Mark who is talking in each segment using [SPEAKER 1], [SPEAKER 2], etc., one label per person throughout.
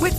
[SPEAKER 1] With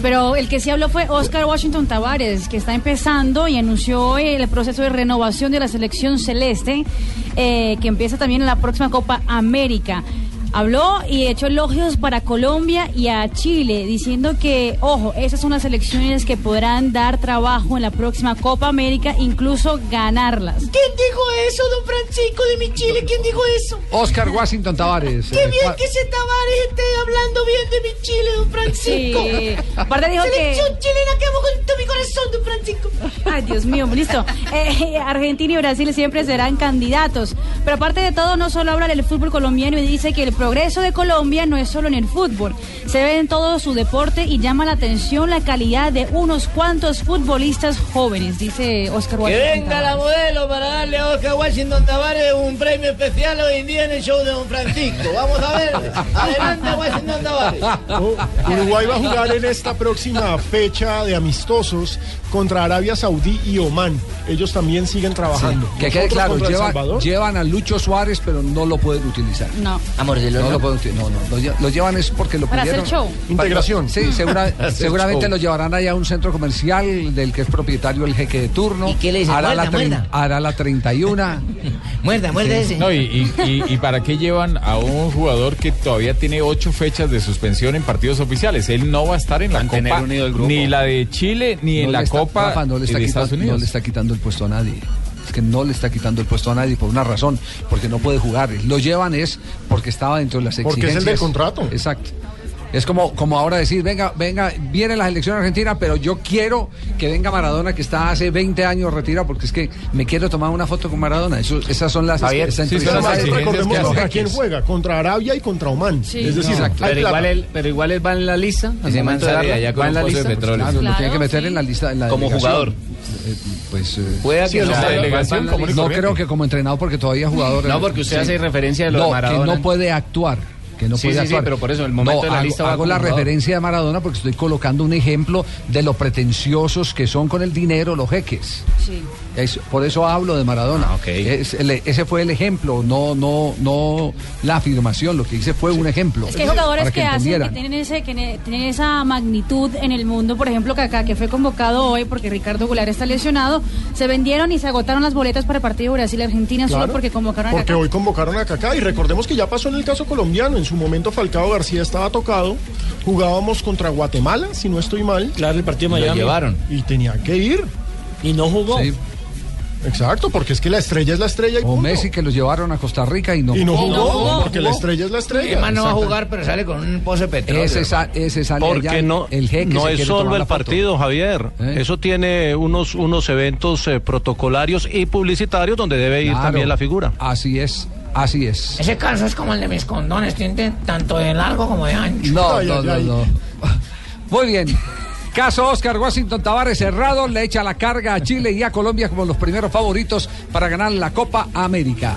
[SPEAKER 2] Pero el que sí habló fue Oscar Washington Tavares, que está empezando y anunció el proceso de renovación de la selección celeste, eh, que empieza también en la próxima Copa América. Habló y echó elogios para Colombia y a Chile, diciendo que, ojo, esas son las selecciones que podrán dar trabajo en la próxima Copa América, incluso ganarlas.
[SPEAKER 3] ¿Quién dijo eso, don Francisco de mi Chile? ¿Quién dijo eso?
[SPEAKER 4] Oscar Washington Tavares.
[SPEAKER 3] Qué
[SPEAKER 4] eh,
[SPEAKER 3] bien
[SPEAKER 4] cua-
[SPEAKER 3] que ese Tavares esté hablando bien de mi Chile, don Francisco.
[SPEAKER 2] Sí. Aparte dijo que...
[SPEAKER 3] Selección chilena que amo con todo mi corazón, don Francisco.
[SPEAKER 2] Ay, Dios mío, listo. Eh, Argentina y Brasil siempre serán candidatos. Pero aparte de todo, no solo habla del fútbol colombiano y dice que el progreso de Colombia no es solo en el fútbol. Se ve en todo su deporte y llama la atención la calidad de unos cuantos futbolistas jóvenes, dice Oscar
[SPEAKER 5] Que
[SPEAKER 2] Washington
[SPEAKER 5] venga la
[SPEAKER 2] Tavares.
[SPEAKER 5] modelo para darle a Oscar Washington Tavares un premio especial hoy en día en el show de Don Francisco. Vamos a ver. Adelante, Washington Tavares.
[SPEAKER 6] Oh, Uruguay va a jugar en esta próxima fecha de amistosos contra Arabia Saudí y Omán. Ellos también siguen trabajando.
[SPEAKER 4] Que quede
[SPEAKER 6] Nosotros
[SPEAKER 4] claro,
[SPEAKER 6] contra El
[SPEAKER 4] lleva-
[SPEAKER 6] Salvador.
[SPEAKER 4] llevan a Lucho Suárez, pero no lo pueden utilizar.
[SPEAKER 2] No.
[SPEAKER 5] Amor de
[SPEAKER 4] No lo pueden utilizar. No, no. Lo, lle- lo llevan es porque lo
[SPEAKER 2] Para hacer
[SPEAKER 4] pidieron.
[SPEAKER 2] show.
[SPEAKER 6] Integración.
[SPEAKER 4] Sí, segura- seguramente
[SPEAKER 6] show.
[SPEAKER 4] lo llevarán allá a un centro comercial del que es propietario el jeque de turno.
[SPEAKER 5] ¿Y qué le dicen?
[SPEAKER 4] Hará, la,
[SPEAKER 5] Muerda,
[SPEAKER 4] trein-
[SPEAKER 5] muerda.
[SPEAKER 4] hará la 31.
[SPEAKER 5] Muerda, muerda ese.
[SPEAKER 7] No, y, y- y- y para qué llevan a un jugador que todavía tiene ocho fechas de suspensión en partidos oficiales? Él no va a estar en la
[SPEAKER 8] Mantener
[SPEAKER 7] Copa,
[SPEAKER 8] unido el grupo.
[SPEAKER 7] ni la de Chile, ni en
[SPEAKER 4] No
[SPEAKER 7] la
[SPEAKER 4] le está-
[SPEAKER 7] Copa
[SPEAKER 4] Rafa, no le, está
[SPEAKER 7] de Estados
[SPEAKER 4] quitando, no
[SPEAKER 7] Unidos.
[SPEAKER 4] le está quitando el puesto a nadie. Es que no le está quitando el puesto a nadie por una razón, porque no puede jugar. Lo llevan es porque estaba dentro de las
[SPEAKER 6] Porque es el
[SPEAKER 4] exigencias.
[SPEAKER 6] del contrato.
[SPEAKER 4] Exacto. Es como, como ahora decir, venga, venga, viene la selección argentina, pero yo quiero que venga Maradona, que está hace 20 años retirado, porque es que me quiero tomar una foto con Maradona. Eso- esas son las...
[SPEAKER 8] Javier,
[SPEAKER 4] esa
[SPEAKER 7] sí, son
[SPEAKER 4] entrevista-
[SPEAKER 7] las
[SPEAKER 6] Además,
[SPEAKER 7] exigencias que
[SPEAKER 6] recordemos
[SPEAKER 7] hace
[SPEAKER 6] contra
[SPEAKER 7] Jaques.
[SPEAKER 6] quién juega, contra Arabia y contra Omán. es decir,
[SPEAKER 4] Exacto.
[SPEAKER 6] hay
[SPEAKER 8] Pero
[SPEAKER 6] plata.
[SPEAKER 8] igual, él, pero igual él va en la lista. al
[SPEAKER 7] Ese man
[SPEAKER 8] momento de
[SPEAKER 7] sale
[SPEAKER 8] darla,
[SPEAKER 7] allá
[SPEAKER 8] va
[SPEAKER 7] con
[SPEAKER 8] en
[SPEAKER 7] un
[SPEAKER 8] la
[SPEAKER 7] pozo de
[SPEAKER 8] lista.
[SPEAKER 7] petróleo.
[SPEAKER 4] Claro, lo
[SPEAKER 2] Claro,
[SPEAKER 4] tiene que meter
[SPEAKER 2] sí.
[SPEAKER 4] en la lista. en la
[SPEAKER 8] Como
[SPEAKER 4] delegación.
[SPEAKER 8] jugador.
[SPEAKER 4] Eh, pues... eh,
[SPEAKER 8] Puede que
[SPEAKER 7] en
[SPEAKER 8] no,
[SPEAKER 7] la
[SPEAKER 8] pero-
[SPEAKER 7] delegación común y
[SPEAKER 4] no
[SPEAKER 7] corriente.
[SPEAKER 4] creo que como entrenador, porque todavía jugador...
[SPEAKER 8] No, porque usted
[SPEAKER 4] Sí.
[SPEAKER 8] hace referencia a lo de
[SPEAKER 4] no, que
[SPEAKER 8] Maradona.
[SPEAKER 4] no puede actuar. Que no
[SPEAKER 8] Sí,
[SPEAKER 4] puede
[SPEAKER 8] sí, sí,
[SPEAKER 4] actuar.
[SPEAKER 8] pero por eso, el momento de la
[SPEAKER 4] hago,
[SPEAKER 8] lista va
[SPEAKER 4] hago la
[SPEAKER 8] acumulado.
[SPEAKER 4] referencia de Maradona porque estoy colocando un ejemplo de lo pretenciosos que son con el dinero los jeques.
[SPEAKER 2] Sí.
[SPEAKER 4] Es- por eso hablo de Maradona.
[SPEAKER 8] Ah, ok.
[SPEAKER 4] Es- el- ese fue el ejemplo, no, no, no la afirmación. Lo que hice fue un ejemplo.
[SPEAKER 2] Es que hay jugadores
[SPEAKER 4] para
[SPEAKER 2] que, hacen, que
[SPEAKER 4] entendieran.
[SPEAKER 2] tienen, ese, que ne- tienen esa magnitud en el mundo. Por ejemplo, Kaká, que fue convocado hoy porque Ricardo Goulart está lesionado, se vendieron y se agotaron las boletas para el partido Brasil-Argentina
[SPEAKER 6] Claro,
[SPEAKER 2] solo porque convocaron a
[SPEAKER 6] porque
[SPEAKER 2] Kaká.
[SPEAKER 6] hoy convocaron a Kaká y recordemos que ya pasó en el caso colombiano. En su momento Falcao García estaba tocado. Jugábamos contra Guatemala, si no estoy mal,
[SPEAKER 5] Claro, el partido
[SPEAKER 8] Lo llevaron.
[SPEAKER 6] y tenía que ir.
[SPEAKER 5] Y no jugó.
[SPEAKER 4] Sí.
[SPEAKER 6] Exacto, porque es que la estrella es la estrella y
[SPEAKER 4] O
[SPEAKER 6] punto.
[SPEAKER 4] Messi que los llevaron a Costa Rica y no.
[SPEAKER 6] y no jugó,
[SPEAKER 5] no jugó,
[SPEAKER 6] porque
[SPEAKER 5] jugó.
[SPEAKER 6] la estrella es la
[SPEAKER 5] El
[SPEAKER 6] estrella.
[SPEAKER 5] man no va a jugar, pero sale con un pozo de petróleo.
[SPEAKER 4] Ese, sa- ese sale allá,
[SPEAKER 9] Porque no,
[SPEAKER 4] el jeque
[SPEAKER 9] no
[SPEAKER 4] se
[SPEAKER 9] es
[SPEAKER 4] quiere
[SPEAKER 9] solo
[SPEAKER 4] tomar la
[SPEAKER 9] el
[SPEAKER 4] foto.
[SPEAKER 9] partido, Javier.
[SPEAKER 4] ¿Eh?
[SPEAKER 9] Eso tiene unos, unos eventos eh, protocolarios y publicitarios donde debe ir
[SPEAKER 4] Claro,
[SPEAKER 9] también la figura.
[SPEAKER 4] Así es, así es.
[SPEAKER 5] Ese caso es como el de mis condones, tiene tanto de largo como de ancho.
[SPEAKER 4] No,
[SPEAKER 6] Ay,
[SPEAKER 4] no,
[SPEAKER 6] ay,
[SPEAKER 4] no,
[SPEAKER 6] ay.
[SPEAKER 4] no. Muy bien. Caso Oscar Washington Tavares cerrado, le echa la carga a Chile y a Colombia como los primeros favoritos para ganar la Copa América.